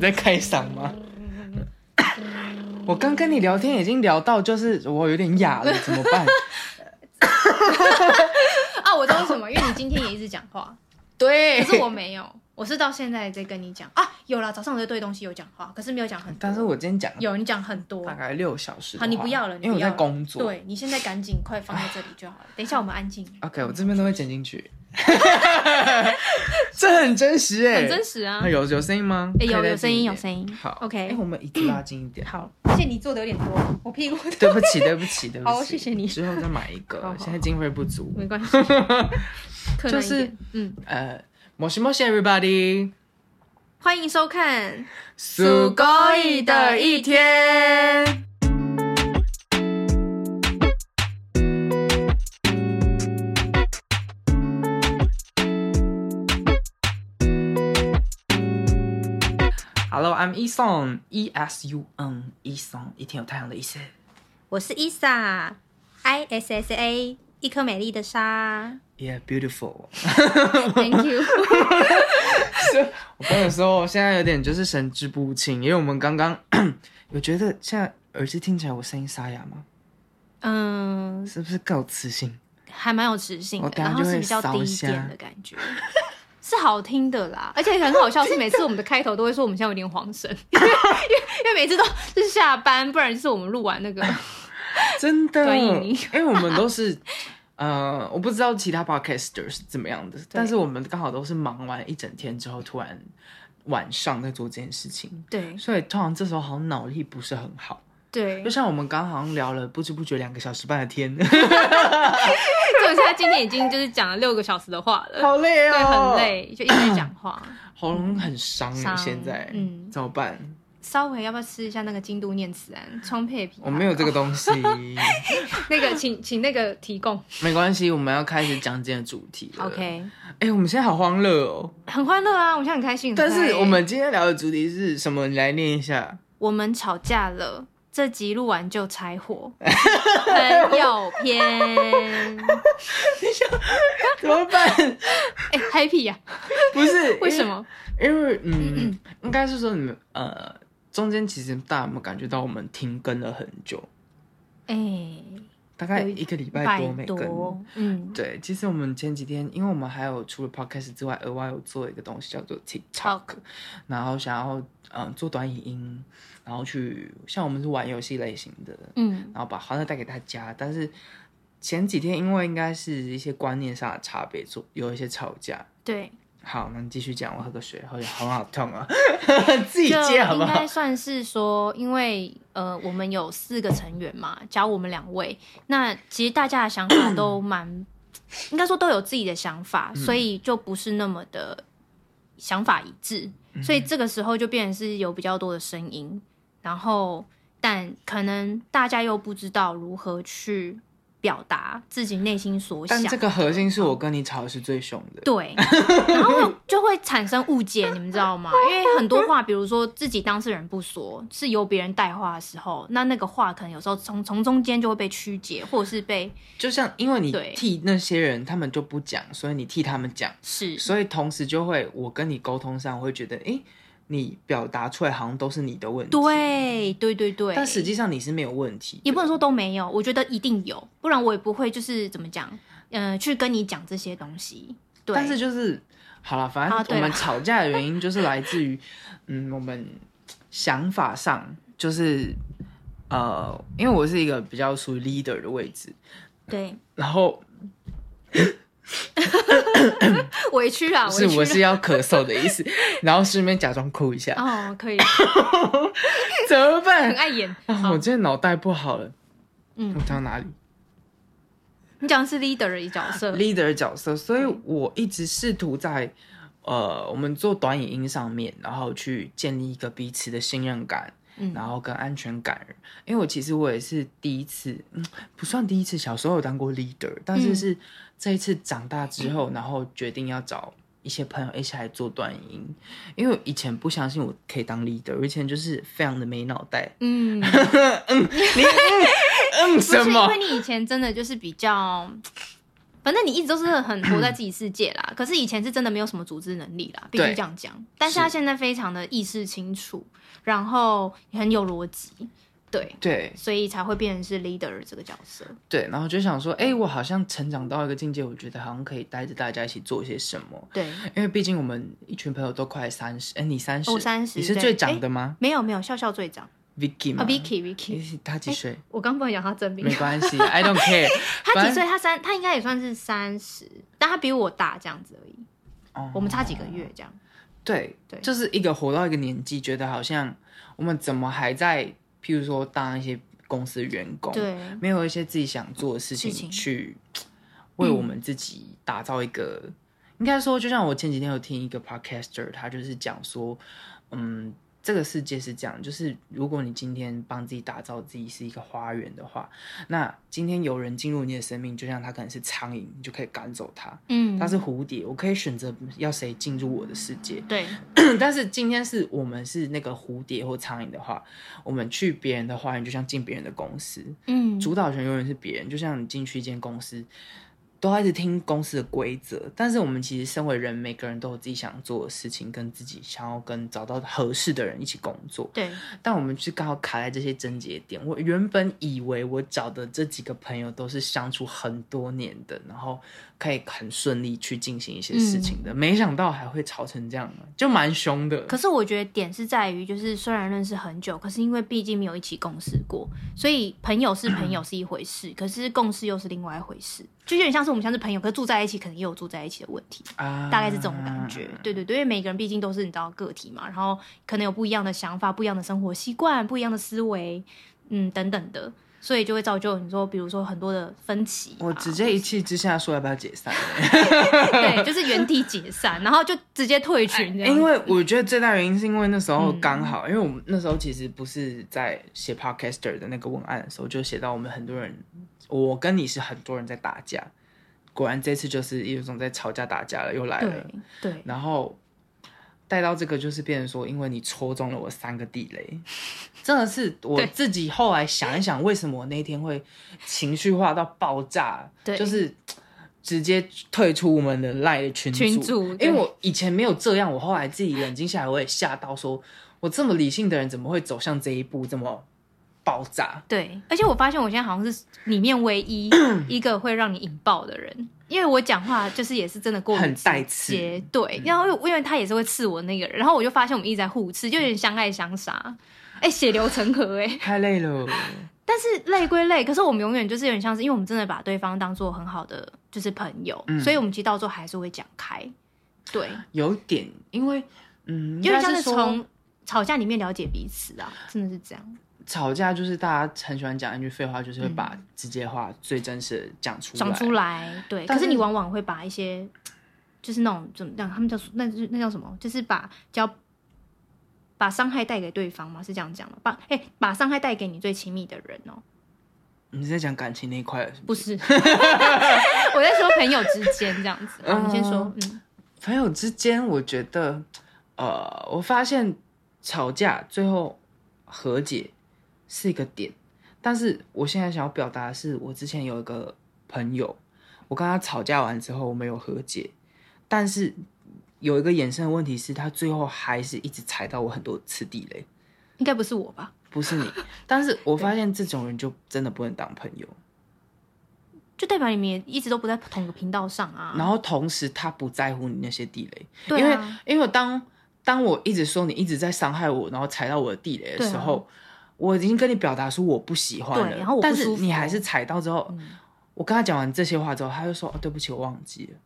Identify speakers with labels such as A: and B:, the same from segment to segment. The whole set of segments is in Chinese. A: 在开嗓吗？ 我刚跟你聊天已经聊到，就是我有点哑了，怎么 办？
B: 啊，我知道为什么，因为你今天也一直讲 话，
A: 对
B: 可是我没有，我是到现在在跟你讲啊，有了，早上我就对东西有讲话，可是没有讲很多，
A: 但是我今天讲了
B: 有你讲很多
A: 大，概六小时的话。
B: 好，你不要了，你
A: 因为
B: 不
A: 我
B: 要
A: 在
B: 了
A: 工作。
B: 对你现在赶紧快放在这里就好了，等一下我们安静，
A: OK，我这边都会剪进去。 这很真实哎、
B: 很真实啊
A: 那，有有声音吗？
B: 哎有
A: 可以再
B: 有声音
A: 近一
B: 有
A: 点
B: 声音
A: 好
B: ，OK
A: 哎我们椅子拉近一点。
B: 好，而且你做的有点多，我屁股
A: 对不起，对不起，对不起。
B: 好谢谢你
A: 之后再买一
B: 好
A: 个
B: 好，
A: 现在经费不足。
B: 没关系， 可能
A: 就
B: 一
A: 是
B: 点嗯，
A: 呃，もしもし everybody，
B: 欢迎收看。
A: すごい的一天。Hello, I'm Eason, E S U N, Eason，一天有太阳的意思。
B: 我是 Isa，I S S A，一颗美丽的沙。
A: Yeah, beautiful.
B: Thank you。
A: 我跟你说，我现在有点就是神志不清，因为我们刚 刚有觉得现在耳机听起来我声音沙哑吗？
B: 嗯，
A: 是不是够磁性？
B: 还蛮有磁性
A: 我
B: 的，
A: 等下
B: 然后
A: 就是会
B: 比较低
A: 烧
B: 一点
A: 香
B: 的感觉，是好听的啦。而且很好笑，是每次我们的开头都会说我们现在有点晃神，因为因为每次都是下班，不然就是我们录完那个。
A: 真的，
B: 对
A: 因
B: 你
A: 为我们都 是。呃，我不知道其他 podcaster 是怎么样的，但是我们刚好都是忙完一整天之后，突然晚上在做这件事情，
B: 对
A: 所以通常这时候好像脑力不是很好。
B: 对
A: 就，像我们刚好像聊了不知不觉两个小时半的 天，
B: 就是他今天已经就是讲了六个小时的话了，
A: 好累
B: 对，
A: 哦，
B: 很，累，就一直在讲话。
A: 喉咙很伤哎，
B: 伤
A: 现在，
B: 嗯
A: 怎么办？
B: 稍微要不要吃一下那个京都念慈庵川配皮？啊
A: 我没有这个东 西，
B: 那个，请请那个 提供。
A: 没关系，我们要开始讲今天的主题了。
B: OK，
A: 哎、我们现在好欢乐哦，
B: 很欢乐啊，我现在很开心。很
A: 但
B: 快
A: 是
B: 乐
A: 我们今天聊的主题是什么？你来念一下。
B: 我们吵架了，这集录完就 拆伙，很有偏。
A: 怎么 办？
B: 哎、h a p p y 呀、
A: 不是
B: 为什？么？
A: 因为因为嗯，应该是说你们呃，中间其实大家有没有感觉到我们停更了很久，
B: 哎、
A: 大概
B: 有一
A: 一个礼拜多没更。
B: 多，嗯，
A: 对，其实我们前几天，因为我们还有除了 podcast 之外，额外有做一个东西叫做 TikTok，
B: Talk
A: 然后想要嗯、做短影音，然后去像我们是玩游戏类型的，
B: 嗯，
A: 然后把欢乐带给大家。但是前几天因为应该是一些观念上的差别，做有一些吵架。
B: 对，
A: 好，那你继续讲，我喝个水，好像好痛 啊，自己接好
B: 就
A: 不
B: 应
A: 好
B: 该？算是说，因为呃，我们有四个成员嘛，加我们两位，那其实大家的想法都蛮，应该说都有自己的想法，
A: 嗯
B: 所以就不是那么的想法一致，
A: 嗯
B: 所以这个时候就变成是有比较多的声音，然后但可能大家又不知道如何去表达自己内心所想嗯
A: 但，这个核心是我跟你吵的是最凶的，
B: 对，然后就会产生误解，你们知道吗？因为很多话，比如说自己当事人不说，是由别人带话的时候，那那个话可能有时候从从中间就会被曲解，或者是被
A: 就像因为你
B: 对
A: 替那些人，他们就不讲，所以你替他们讲，
B: 是
A: 所以同时就会我跟你沟通上会觉得，诶，你表达出来好像都是你的问题，，
B: 对对对对，
A: 但实际上你是没有问题的，
B: 也不能说都没有，我觉得一定有，不然我也不会就是怎么讲，嗯、去跟你讲这些东西。对，
A: 但是就是好了，反
B: 啊
A: 正
B: 对
A: 我们
B: 啦
A: 吵架的原因就是来自于， 嗯，我们想法上就是，呃，因为我是一个比较属于 leader 的位置，
B: 对
A: 然后
B: 委屈啦，
A: 是
B: 委屈
A: 我
B: 啦
A: 是要咳嗽的意思，然后顺便假装哭一下，
B: 哦，可以，
A: 怎么办
B: 很？爱演。
A: 啊， 我今天脑袋不好了，
B: 嗯
A: 我讲到哪里
B: 你讲的是 leader 的角色，
A: ？leader 的角色，所以
B: 嗯
A: 我一直试图在。呃，我们做短影音上面，然后去建立一个彼此的信任感，
B: 嗯，
A: 然后跟安全感。因为我其实我也是第一次，嗯，不算第一次，小时候有当过 leader，但是
B: 嗯
A: 是这一次长大之后，然后决定要找一些朋友一起来做短影音。因为我以前不相信我可以当 leader，我以前就是非常的没脑袋。
B: 嗯。
A: 嗯，你嗯嗯
B: 不是
A: 嗯什么
B: 因为？你以前真的就是比较反正你一直都是很活在自己世界啦。可是以前是真的没有什么组织能力啦，必
A: 嗯
B: 须
A: 对
B: 这样讲。但是他现在非常的意识清楚，然后也很有逻辑，对，
A: 对
B: 所以才会变成是 leader 这个角色。
A: 对，然后就想说，哎、
B: 嗯
A: 我好像成长到一个境界，我觉得好像可以带着大家一起做一些什么。
B: 对，
A: 因为毕竟我们一群朋友都快三十，哎，你三十、
B: 我30
A: 你是
B: 哦对
A: 最长的吗、
B: 没有没有，笑笑最长
A: v i c k y 吗、
B: 啊，Vicky Vicky，
A: 诶他几岁？
B: 我刚不能讲他真名
A: 嗯没，关系，I don't care。
B: 他几
A: 反
B: 岁？他三，他应该也算是三十，但他比我大这样子而已，
A: 哦
B: 我们差几个月这样。
A: 对
B: 对
A: 就是一个活到一个年纪，觉得好像我们怎么还在，譬如说当一些公司员工，，
B: 对，
A: 没有一些自己想做的事情
B: 事情
A: 去为我们自己打造一个，
B: 嗯
A: 应该说，就像我前几天有听一个 podcaster，他就是讲说，嗯，这个世界是这样，就是如果你今天帮自己打造自己是一个花园的话，那今天有人进入你的生命，就像他可能是苍蝇，你就可以赶走他；
B: 嗯，
A: 他是蝴蝶，我可以选择要谁进入我的世 界。
B: 对，
A: 但是今天是我们是那个蝴蝶或苍蝇的话，我们去别人的花园，就像进别人的公司。
B: 嗯，
A: 主导权永远是别人。就像你进去一间公司，都要一直听公司的规则，但是我们其实身为人，每个人都有自己想做的事情，跟自己想要跟找到合适的人一起工作。
B: 对，
A: 但我们是刚好卡在这些症结点。我原本以为我找的这几个朋友都是相处很多年的，然后可以很顺利去进行一些事情的，没想到还会吵成这样啊，就蛮凶的。
B: 嗯可是我觉得点是在于，就是虽然认识很久，可是因为毕竟没有一起共事过，所以朋友是朋友是一回事，可是共事又是另外一回事，就有点像是我们像是朋友，可是住在一起，可能也有住在一起的问题，
A: 啊
B: 大概是这种感觉。对对对，因为每个人毕竟都是你知道个体嘛，然后可能有不一样的想法、不一样的生活习惯、不一样的思维，嗯等等的，所以就会造就你说，比如说很多的分歧啊、
A: 我直接一气之下说要不要解散、
B: 对，就是原地解散，然后就直接退群这样子，
A: 哎因为我觉得最大原因是因为那时候刚好，因为我们那时候其实不是在写 podcaster 的那个文案的时候，就写到我们很多人，我跟你是很多人在打架，果然这次就是有一种在吵架打架了，又来了
B: 对。对。
A: 然后带到这个就是变成说，因为你戳中了我三个地雷， 真的是我
B: 对
A: 自己后来想一想，为什么我那一天会情绪化到爆炸，
B: 对
A: 就是。直接退出我们的赖群组
B: 群组对
A: 因为我以前没有这样，我后来自己冷静下来，我也吓到说，我这么理性的人怎么会走向这一步，这么爆 炸？
B: 对，而且我发现我现在好像是里面唯 一一个会让你引爆的人，因为我讲话就是也是真的过于
A: 很
B: 直
A: 带刺嗯
B: 接对，然后因为因为他也是会刺我那个人，然后我就发现我们一直在互刺，就有点相爱相杀，哎、血流成河 哎、
A: 太累了，
B: 但是累归累，可是我们永远就是有点像是，因为我们真的把对方当做很好的就是朋友，
A: 嗯
B: 所以我们其实到最后还是会讲开，对，
A: 有点，因为嗯，
B: 因为像
A: 应该
B: 是
A: 是说
B: 从吵架里面了解彼此啊，真的是这样，
A: 吵架就是大家很喜欢讲一句废话，就是会把直接话最真实的嗯讲出来。
B: 长出来，对。
A: 但
B: 可
A: 是
B: 是你往往会把一些，就是那种怎么样，他们叫那是那叫什么？就是把叫把伤害带给对方嘛，是这样讲吗？把哎、把伤害带给你最亲密的人哦、
A: 你在讲感情那一块了是不
B: 不 是？我在说朋友之间这样子。好，你先说，嗯，
A: 是，朋友之间，我觉得，呃，我发现吵架最后和解是一个点，但是我现在想要表达的是，我之前有一个朋友，我跟他吵架完之后，我们有和解，但是有一个衍生的问题是，他最后还是一直踩到我很多次地雷。
B: 应该不是我吧？
A: 不是你，但是我发现这种人就真的不能当朋友。
B: 就代表你们也一直都不在同一个频道上啊。
A: 然后同时他不在乎你那些地雷，
B: 对
A: 因为
B: 啊，
A: 因为当当我一直说你一直在伤害我，然后踩到我的地雷的时候，我已经跟你表达出我不喜欢了，
B: 啊对然后我不
A: 但是
B: 舒服嗯
A: 你还是踩到之后，我跟他讲完这些话之后，他就说哦对不起，我忘记了，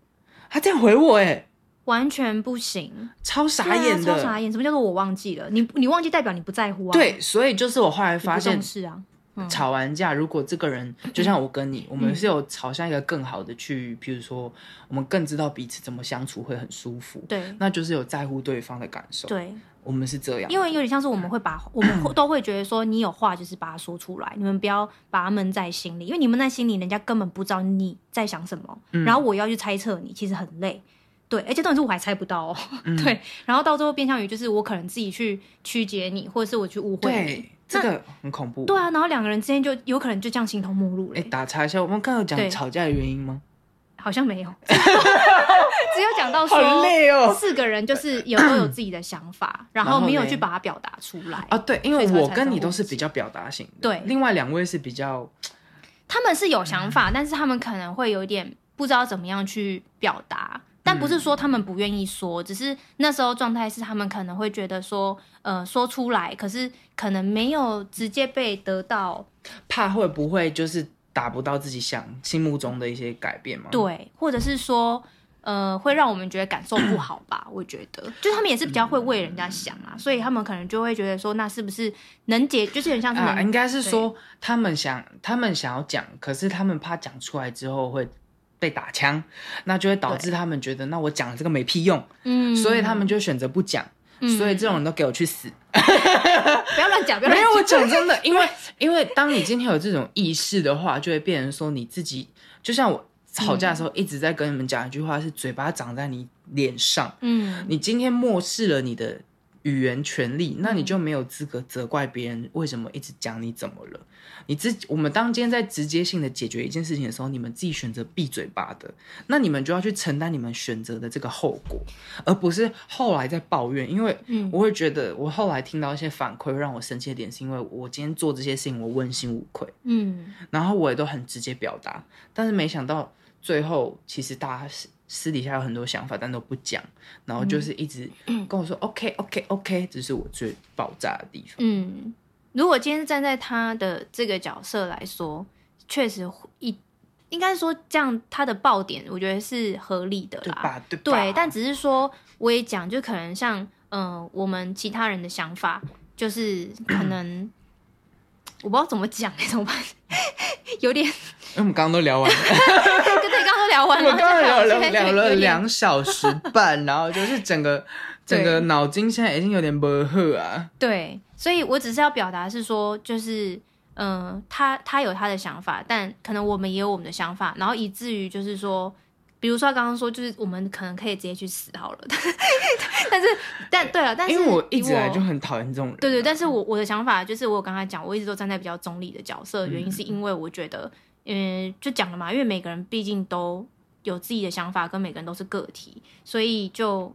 A: 他这样回我哎、
B: 完全不行，
A: 超傻眼
B: 对啊
A: 的，
B: 超傻眼。什么叫做我忘记了？你你忘记代表你不在乎啊？
A: 对，所以就是我后来
B: 你不
A: 发现
B: 重视啊。
A: 吵完架，如果这个 人就像我跟
B: 嗯
A: 你，我们是有朝向一个更好的去，比如说我们更知道彼此怎么相处会很舒服，
B: 对
A: 那就是有在乎对方的感受。
B: 对，
A: 我们是这样，
B: 因为有点像是我们会把我
A: 嗯
B: 们会都会觉得说，你有话就是把它说出来，你们不要把它闷在心里，因为你闷在心里，人家根本不知道你在想什么，
A: 嗯
B: 然后我要去猜测你，其实很累。对，而且重点是我还猜不到哦。
A: 嗯
B: 对，然后到最后变相于就是我可能自己去曲解你，或者是我去误会你。
A: 对这个很恐怖。
B: 对啊，然后两个人之间就有可能就这样形同陌路了
A: 哎，。打岔一下，我们刚刚有讲
B: 对
A: 吵架的原因吗？
B: 好 像没有，只有讲到说
A: 好累哦。
B: 四个人就是有都有自己的想法，然后没
A: 然
B: 有
A: 后嘞
B: 去把它表达出来
A: 啊，对，因为
B: 所以才会
A: 我
B: 产
A: 跟
B: 生
A: 你都
B: 误
A: 是
B: 解
A: 比较表达型的，
B: 对
A: 另外两位是比较
B: 他们是有想
A: 嗯
B: 法，但是他们可能会有一点不知道怎么样去表达。但不是说他们不愿意说，只是那时候状态是他们可能会觉得说，呃，说出来，可是可能没有直接被得到
A: 怕会不会就是达不到自己想心目中的一些改变嘛？，
B: 对，或者是说，呃，会让我们觉得感受不好吧？我觉得，就他们也是比较会为人家想啊，所以他们可能就会觉得说，那是不是能解，就是很像是
A: 啊，
B: 能
A: 应该是说他们想他们想要讲，可是他们怕讲出来之后会被打枪，那就会导致他们觉得那我讲了这个没屁用，
B: 嗯，
A: 所以他们就选择不讲。
B: 嗯
A: 所以这种人都给我去 死！
B: 不要乱讲，不要
A: 没
B: 乱
A: 有，我
B: 讲，
A: 讲 真的，因为因为当你今天有这种意识的话，就会变成说你自己，就像我吵架的时
B: 嗯
A: 候一直在跟你们讲一句话，是嘴巴长在你脸上，
B: 嗯，
A: 你今天漠视了你的语言权利，那你就没有资格责怪别人为什么一直讲你怎么了。你自己我们当今天在直接性的解决一件事情的时候，你们自己选择闭嘴巴的，那你们就要去承担你们选择的这个后果，而不是后来在抱怨。因为
B: 嗯
A: 我会觉得，我后来听到一些反馈会让我生气的点，是因为我今天做这些事情我问心无愧，
B: 嗯，
A: 然后我也都很直接表达，但是没想到最后其实大家私私底下有很多想法，但都不讲，然后
B: 嗯
A: 就是一直跟我说、OK OK OK，这是我最爆炸的地方。
B: 嗯，如果今天站在他的这个角色来说，确实会一应该说这样他的爆点，我觉得是合理的
A: 对
B: 啦。
A: 吧？对吧？
B: 对，但只是说我也讲，就可能像嗯、呃我们其他人的想法，就是可 能我不知道怎么讲、欸，怎么办？ 有点，
A: 因为我们刚刚都聊完 了，
B: 跟对，刚刚都聊
A: 我
B: 完了，
A: 们刚刚聊
B: 现
A: 了
B: 在
A: 聊
B: 有
A: 了
B: 点，
A: 两小时半，然后就是整个整个
B: 对
A: 脑筋现在已经有点不喝啊。
B: 对，所以我只是要表达是说，就是。嗯，他他有他的想法，但可能我们也有我们的想法，然后以至于就是说，比如说他刚刚说，就是我们可能可以直接去死好了， 但是但对了，啊但是
A: 因为我一
B: 以
A: 直以来就很讨厌这种人。啊
B: 对嗯对，但是我我的想法就是，我有跟他讲，我一直都站在比较中立的角色，原因是因为我觉得，嗯、就讲了嘛，因为每个人毕竟都有自己的想法，跟每个人都是个体，所以就。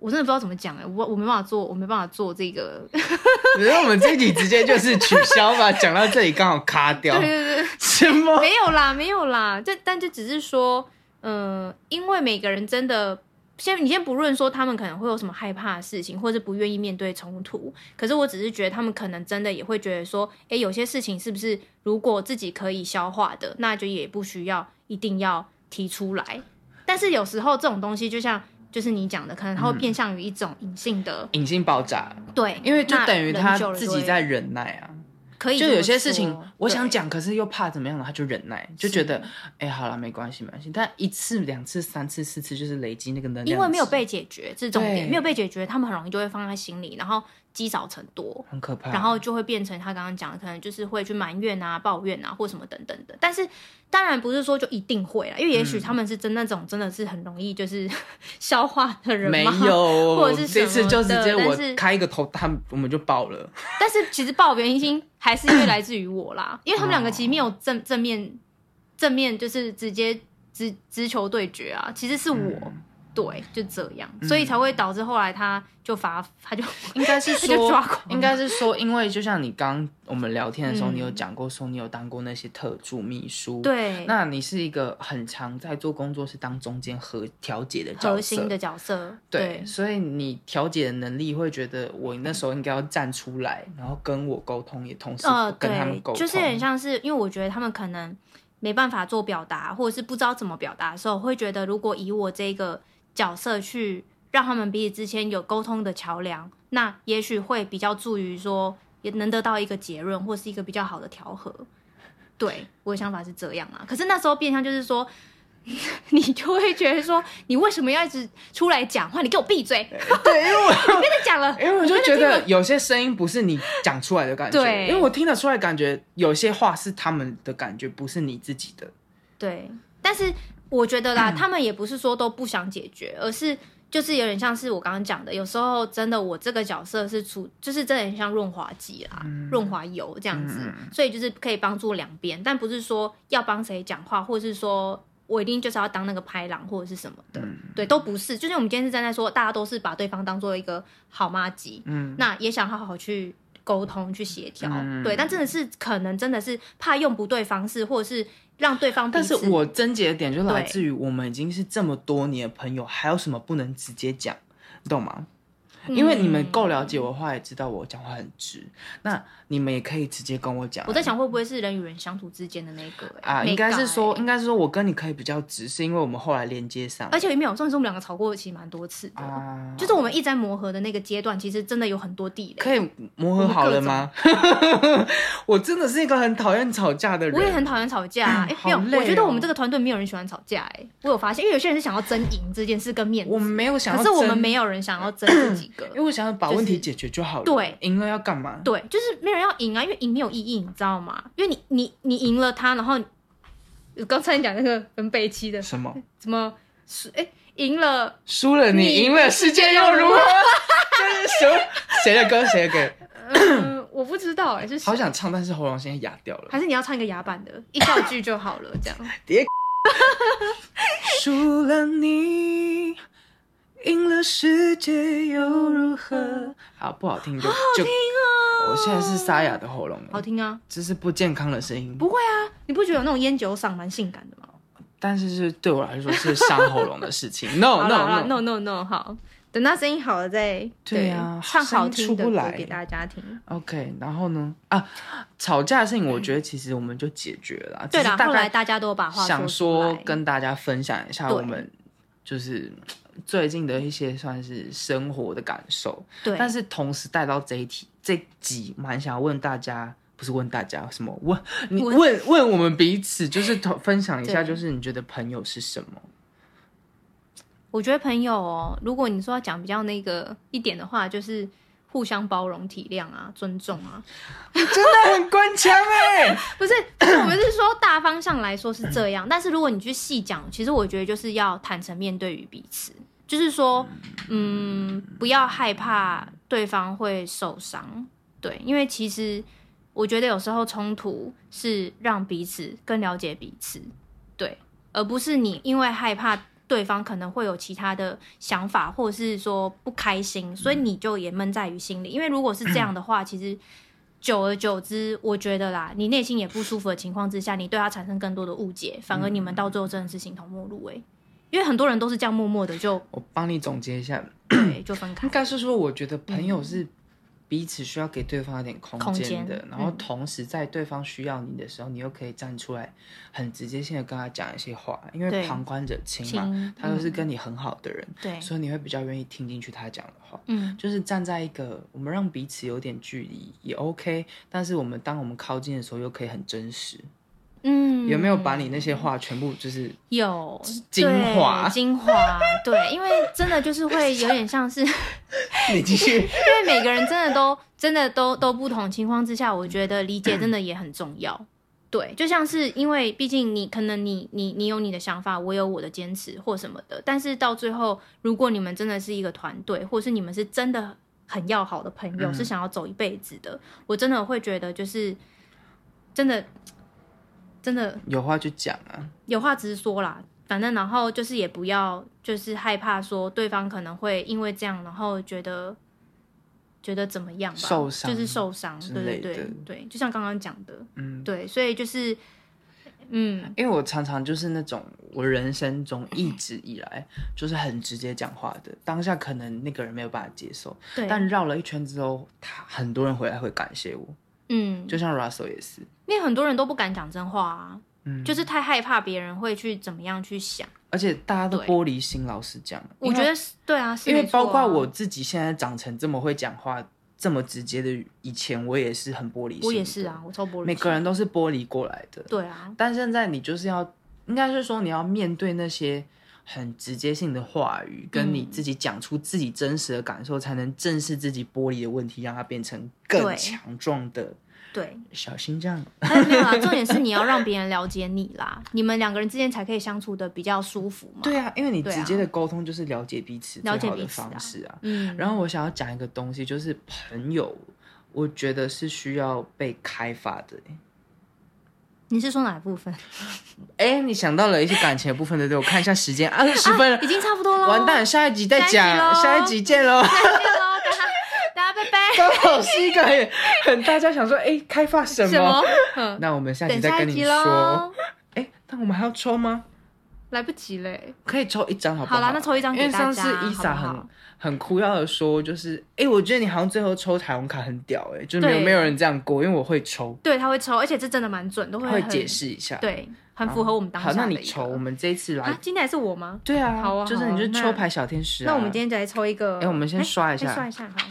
B: 我真的不知道怎么讲哎、我我没办法做，我没办法做这个。对
A: 所以我们这一集直接就是取消吧，讲到这里刚好卡掉
B: 对。对对，
A: 什 么？
B: 没有啦，没有啦。这但就只是说，嗯、因为每个人真的，先你先不论说他们可能会有什么害怕的事情，或者不愿意面对冲突，可是我只是觉得他们可能真的也会觉得说，诶，有些事情是不是如果自己可以消化的，那就也不需要一定要提出来。但是有时候这种东西，就像就是你讲的，可能它会偏向于一种隐性的，
A: 隐性爆炸，
B: 对，
A: 嗯因为就
B: 那
A: 等于
B: 忍
A: 他
B: 久了
A: 自
B: 就
A: 己
B: 会
A: 在忍耐啊，
B: 可以
A: 就
B: 这么
A: 有些事情
B: 说
A: 我想
B: 对
A: 讲，可是又怕怎么样了，他就忍耐，就觉得哎、好了，没关系，没关系。但一次、两次、三次、四次，就是累积那个能量值，
B: 因为没有被解决，这是重
A: 对
B: 点，没有被解决，他们很容易就会放在心里，然后积少成多，
A: 很可怕。
B: 然后就会变成他刚刚讲的，可能就是会去埋怨啊、抱怨啊或什么等等的。但是当然不是说就一定会啦，因为也
A: 嗯
B: 许他们是真那种真的是很容易就是 消化的人
A: 没
B: 嘛。
A: 有，
B: 或者是什
A: 这
B: 么
A: 次就直接
B: 的但
A: 我
B: 是
A: 开一个头，他们我们就爆了。
B: 但是其实抱怨心还是因为来自于我啦，因为他们两个其实没有正正面正面就是直接直直球对决啊，其实是我。
A: 嗯
B: 对， 就这样，所以才会导致后来他就发，他就
A: 应该是
B: 他就抓
A: 说
B: 狂，
A: 应该是说，因为就像你刚我们聊天的时候，
B: 嗯
A: 你有讲过说你有当过那些特助秘书，，
B: 对，
A: 那你是一个很常在做工作是当中间和调解的角色，
B: 核心的角色，
A: 对，所以你调解的能力会觉得我那时候应该要站出来，然后跟我沟通，也同时
B: 呃，
A: 跟他们
B: 对
A: 沟，通，
B: 就是很像是，因为我觉得他们可能没办法做表达，或者是不知道怎么表达的时候，会觉得如果以我这个角色去让他们彼此之间有沟通的桥梁，那也许会比较助于说也能得到一个结论，或是一个比较好的调和。对，我的想法是这样啊。可是那时候变相就是说。 你就会觉得说，你为什么要一直出来讲话？你给我闭嘴！
A: 对，因为我。
B: 你别再讲了
A: 因为我就觉得有些声音不是你讲出来的感觉，
B: 对
A: 因为我听得出来，感觉有些话是他们的感觉，不是你自己的。
B: 对，但是我觉得啦，
A: 嗯
B: 他们也不是说都不想解决，而是就是有点像是我刚刚讲的，有时候真的我这个角色是处，就是真的很像润滑剂啦，
A: 嗯
B: 润、滑油这样子，所以就是可以帮助两边，但不是说要帮谁讲话，或是说我一定就是要当那个拍郎或者是什么的，
A: 嗯
B: 对，都不是。就是我们今天是站在说，大家都是把对方当做一个好妈吉，
A: 嗯，
B: 那也想好好去沟通、去协调，
A: 嗯
B: 对。但真的是可能真的是怕用不对方式，或者是让对方彼
A: 但是
B: 此
A: 我症结的点就来
B: 对
A: 自于我们已经是这么多年的朋友，还有什么不能直接讲，你懂吗？因为你们够了
B: 嗯
A: 解我的话，也知道我讲话很直，那你们也可以直接跟我讲啊。
B: 我在想会不会是人与人相处之间的那个、欸、
A: 啊，
B: 美
A: 应该是
B: 感
A: 说，
B: 欸
A: 应该是说我跟你可以比较直，是因为我们后来连接上了，
B: 而且也没有，上次我们两个吵过，其实蛮多次的。
A: 啊，
B: 就是我们一直在磨合的那个阶段，其实真的有很多地雷。
A: 可以磨合好了吗？ 我真的是一个很讨厌吵架的人，
B: 我也很讨厌吵架、啊，哎、
A: 好
B: 没有，
A: 累
B: 我觉得
A: 哦
B: 我们这个团队没有人喜欢吵架、哎，我有发现，因为有些人是想要争赢这件事跟面
A: 我
B: 子，
A: 们没有想
B: 可
A: 要
B: 是
A: 争，
B: 我们没有人想要争这几个
A: 因为，我想要把
B: 就是
A: 问题解决就好了，
B: 对
A: 赢了要干嘛？
B: 对，就是没有人要赢啊，因为赢没有意义，你知道吗？因为你你你赢了他，然后刚才你讲那个很北七的
A: 什么？
B: 什么是哎赢了
A: 输了你，
B: 你
A: 赢了世界又如何？ 这是什么？谁的歌？谁的歌？
B: 嗯，我不知道哎、是谁
A: 好想唱，但是喉咙现在哑掉了。
B: 还是你要唱一个哑版的，一小句就好了，这 样。
A: 输了你，赢了世界又如何？好，不好听就就。我现在是沙哑的喉咙了，
B: 好听啊，
A: 这是不健康的声音，
B: 不会啊，你不觉得有那种烟酒嗓蛮性感的吗？
A: 但是是对我来说是伤喉咙的事情。
B: 好
A: no
B: 了好了
A: no
B: ，no no no，好，等到声音好了再
A: 对啊
B: 唱好听的
A: 声音出不
B: 歌
A: 来
B: 给大家听。
A: OK，然后呢？啊，吵架的事情，我觉得其实我们就解决了啦。
B: 对
A: 只
B: 啦，
A: 是大
B: 后来
A: 概
B: 大家都有把话
A: 想
B: 说
A: 说
B: 出来
A: 跟大家分享一下
B: 对
A: 我们就是最近的一些算是生活的感受，
B: 对，
A: 但是同时带到这一题这一集，蛮想要问大家，不是问大家什么问你
B: 问
A: 问问我们彼此，就是同分享一下，
B: 对
A: 就是你觉得朋友是什么？
B: 我觉得朋友哦，如果你说要讲比较那个一点的话，就是互相包容、体谅啊、尊重啊，
A: 真的很官腔哎、
B: 不是，就是我们是说大方向来说是这样，但是如果你去细讲，其实我觉得就是要坦诚面对于彼此，就是说，嗯，不要害怕对方会受伤，对，因为其实我觉得有时候冲突是让彼此更了解彼此，对，而不是你因为害怕。对方可能会有其他的想法，或者是说不开心，所以你就也闷在于心里。因为如果是这样的话，其实久而久之，我觉得啦，你内心也不舒服的情况之下，你对他产生更多的误解，反而你
A: 嗯
B: 们到最后真的是形同陌路哎、因为很多人都是这样默默的就
A: 我帮你总结一下，
B: 对就分开
A: 应，该是说，我觉得朋友是彼此需要给对方一点空间的，
B: 空间
A: 然后同时在对方需要你的时候，你又可以站出来，很直接性的跟他讲一些话，因为
B: 对
A: 旁观者清
B: 亲
A: 嘛，他 都是
B: 嗯
A: 跟你很好的人，
B: 对，
A: 所以你会比较愿意听进去他讲的话。
B: 嗯，
A: 就是站在一个我们让彼此有点距离也 OK，但是我们当我们靠近的时候又可以很真实。
B: 嗯，
A: 有没有把你那些话全部就是
B: 有
A: 精华
B: 对精华？对，因为真的就是会有点像是。
A: 你继 续？
B: 因为每个人真的都 真的都都不同情况之下，我觉得理解真的也很重要。对，就像是因为毕竟你可能你你你有你的想法，我有我的坚持或什么的，但是到最后，如果你们真的是一个团队，或是你们是真的很要好的朋友，
A: 嗯
B: 是想要走一辈子的，我真的会觉得就是真的真的
A: 有话就讲啊，
B: 有话直说啦，反正然后就是也不要就是害怕说对方可能会因为这样，然后觉得觉得怎么样吧，
A: 受伤
B: 就是受伤，
A: 之
B: 对对
A: 类的
B: 对对，就像刚刚讲的，
A: 嗯，
B: 对，所以就是嗯，
A: 因为我常常就是那种我人生中一直以来就是很直接讲话的，当下可能那个人没有办法接受，
B: 对，
A: 但绕了一圈之后，他很多人回来会感谢我，
B: 嗯，
A: 就像 Russell 也是，
B: 因为很多人都不敢讲真话啊，
A: 嗯，
B: 就是太害怕别人会去怎么样去想，
A: 而且大家都
B: 对
A: 玻璃心，老实讲，
B: 我觉得是对啊，是
A: 因为因
B: 没
A: 为
B: 错啊
A: 包括我，自己现在长成这么会讲话、这么直接的，以前我也是很玻璃心，
B: 我也是，啊，我超玻璃，
A: 每个人都是玻璃过来的，
B: 对啊，
A: 但现在你就是要，应该是说你要面对那些很直接性的话语，跟你自己讲出自己真实的感受，才能正视自己玻璃的问题，让它变成更
B: 对
A: 强壮的
B: 对，
A: 小心脏。
B: 但哎是没有啦，重点是你要让别人了解你啦，你们两个人之间才可以相处的比较舒服嘛。
A: 对啊，因为你
B: 对啊
A: 直接的沟通就是了解彼此
B: 了
A: 最
B: 解
A: 好的
B: 彼此啊
A: 方式啊。
B: 嗯，
A: 然后我想要讲一个东西，就是朋友，我觉得是需要被开发的欸、
B: 你是说哪 部分？
A: 哎，你想到了一些感情的部分，对不对？我看一下时间，二十分了
B: 啊，已经差不多了。
A: 完蛋，下一集再讲，下
B: 下
A: 一
B: 一
A: 集
B: 集
A: 见喽。
B: 再见喽，大家大家拜拜。
A: 刚好是一个很很大家想说，哎，开发什
B: 什 么
A: 么？？
B: 嗯，
A: 那我们下集
B: 等
A: 再
B: 下
A: 跟
B: 一
A: 你
B: 集
A: 说。
B: 喽，
A: 哎，但我们还要抽吗？
B: 来不及嘞。
A: 可以抽一张好不
B: 好啦，那抽一张
A: 因为
B: 给大
A: 上
B: 家，
A: 次伊莎
B: 好不
A: 很
B: 好？
A: 很哭要的说，就是哎，我觉得你好像最后抽彩虹卡很屌哎，就是没有
B: 对
A: 没有人这样过，因为我会抽，
B: 对，他会抽，而且这真的蛮准，都
A: 会
B: 很
A: 解，释一下。，
B: 对，很符合我们当下
A: 好，
B: 的
A: 那你
B: 一个
A: 抽，我们这一次来
B: 啊？，今天还是我吗？
A: 对啊，
B: 好啊
A: 就是
B: 好啊
A: 你就
B: 那
A: 抽牌小天使啊。
B: 那我们今天就来抽一个。
A: 哎我们先
B: 哎
A: 刷一下
B: 哎刷一下，好。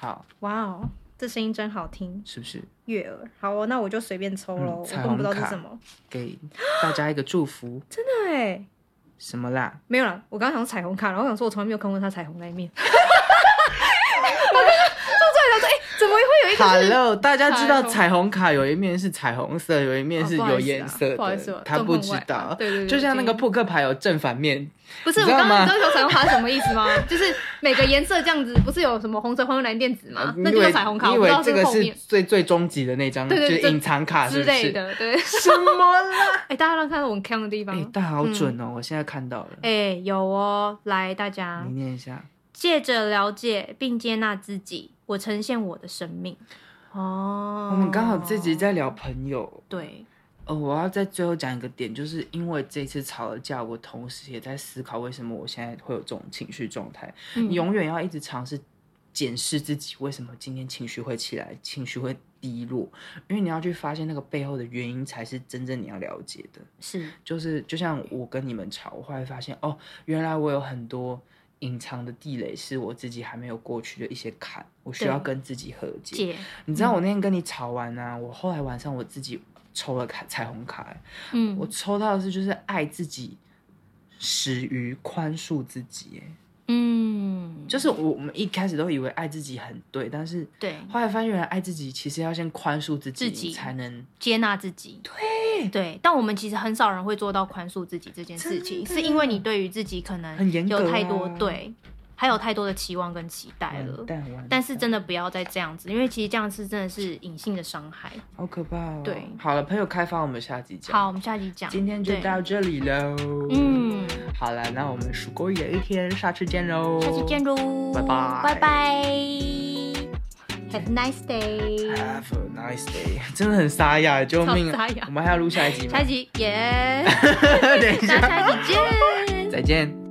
A: 好
B: 哇哦，这声音真好听，
A: 是不是
B: 悦耳。好哦，那我就随便抽
A: 嗯
B: 喽，我
A: 彩
B: 根本不知道
A: 虹
B: 是
A: 卡
B: 什么。
A: 给大家一个祝福？
B: 对，
A: 什么啦？
B: 没有啦，我刚刚想彩虹卡，然后我想说我从来没有看过它彩虹那一面。我 刚刚做出来想说，哎、怎么会有一个
A: Hello，大家知道
B: 彩虹
A: 彩虹卡有一面是彩虹色，有一面
B: 哦
A: 是
B: 不好意
A: 有
B: 思啊
A: 颜色
B: 不好意思
A: 的
B: 啊，
A: 他
B: 状
A: 不
B: 况
A: 知
B: 外
A: 道。
B: 对对对
A: 就像那个
B: 这个
A: 扑克牌有正反面，
B: 不是
A: 你
B: 我
A: 知道
B: 刚
A: 吗
B: 刚你知道有彩虹卡是什么意思吗？ 就是每个颜色这样子，不是有什么红橙黄绿蓝靛紫吗？
A: 你
B: 啊那
A: 以
B: 就
A: 呃为
B: 叫彩虹卡，
A: 你
B: 我
A: 以为
B: 不知道
A: 这
B: 是
A: 个
B: 后
A: 是
B: 面
A: 最最终极的那张，就
B: 对对
A: 是
B: 对
A: 隐藏卡，是
B: 之
A: 不
B: 类
A: 是？
B: 的。对， 哎、
A: 什么 啦？
B: 大家让看到我们坑的地方。
A: 哎，但好准哦！我现在看到了，
B: 嗯哎、有哦，来大家
A: 你念一下。
B: 借着了解并接纳自己，我呈现我的生命。哦，
A: 我们刚好这集在聊朋友，
B: 对，
A: 呃，我要在最后讲一个点，就是因为这次吵了架，我同时也在思考为什么我现在会有这种情绪状态。
B: 嗯
A: 你永远要一直尝试检视自己为什么今天情绪会起来，情绪会低落，因为你要去发现那个背后的原因，才是真正你要了解的。
B: 是
A: 就是就像我跟你们吵，我后来发现哦，原来我有很多隐藏的地雷，是我自己还没有过去的一些坎，我需要
B: 对
A: 跟自己和解。
B: 借，
A: 你知道我那天跟你吵完啊，我后来晚上我自己抽了卡彩虹卡、欸
B: 嗯，
A: 我抽到的是就是爱自己，始于宽恕自己、欸。
B: 嗯，
A: 就是我我们一开始都以为爱自己很对，但是
B: 对，
A: 后来发现原来爱自己其实要先宽恕自己，
B: 自己
A: 才能
B: 接纳自己，对对。但我们其实很少人会做到宽恕自己这件事
A: 真
B: 情，
A: 的啊
B: 是因为你对于自己可能
A: 很严格啊
B: 有太多、对，还有太多的期望跟期待了
A: 完。蛋完
B: 但是
A: 蛋
B: 真的不要再这样子，因为其实这样是真的是隐性的伤害。
A: 好可怕哦。
B: 对
A: 好了，朋友开房，我们下集讲。
B: 好，我们下集讲。
A: 今天就
B: 对
A: 到这里喽。
B: 嗯，
A: 好了，那我们数过的一天，下次见喽。
B: 下期见喽，
A: 拜拜
B: 拜拜，Have a nice day。
A: Have a nice day，真的很沙哑，救命啊
B: 超沙！哑
A: 我们还要录下一集吗？
B: 下一集耶，
A: 等一
B: 大家
A: 下，
B: 下一集见。
A: 再见。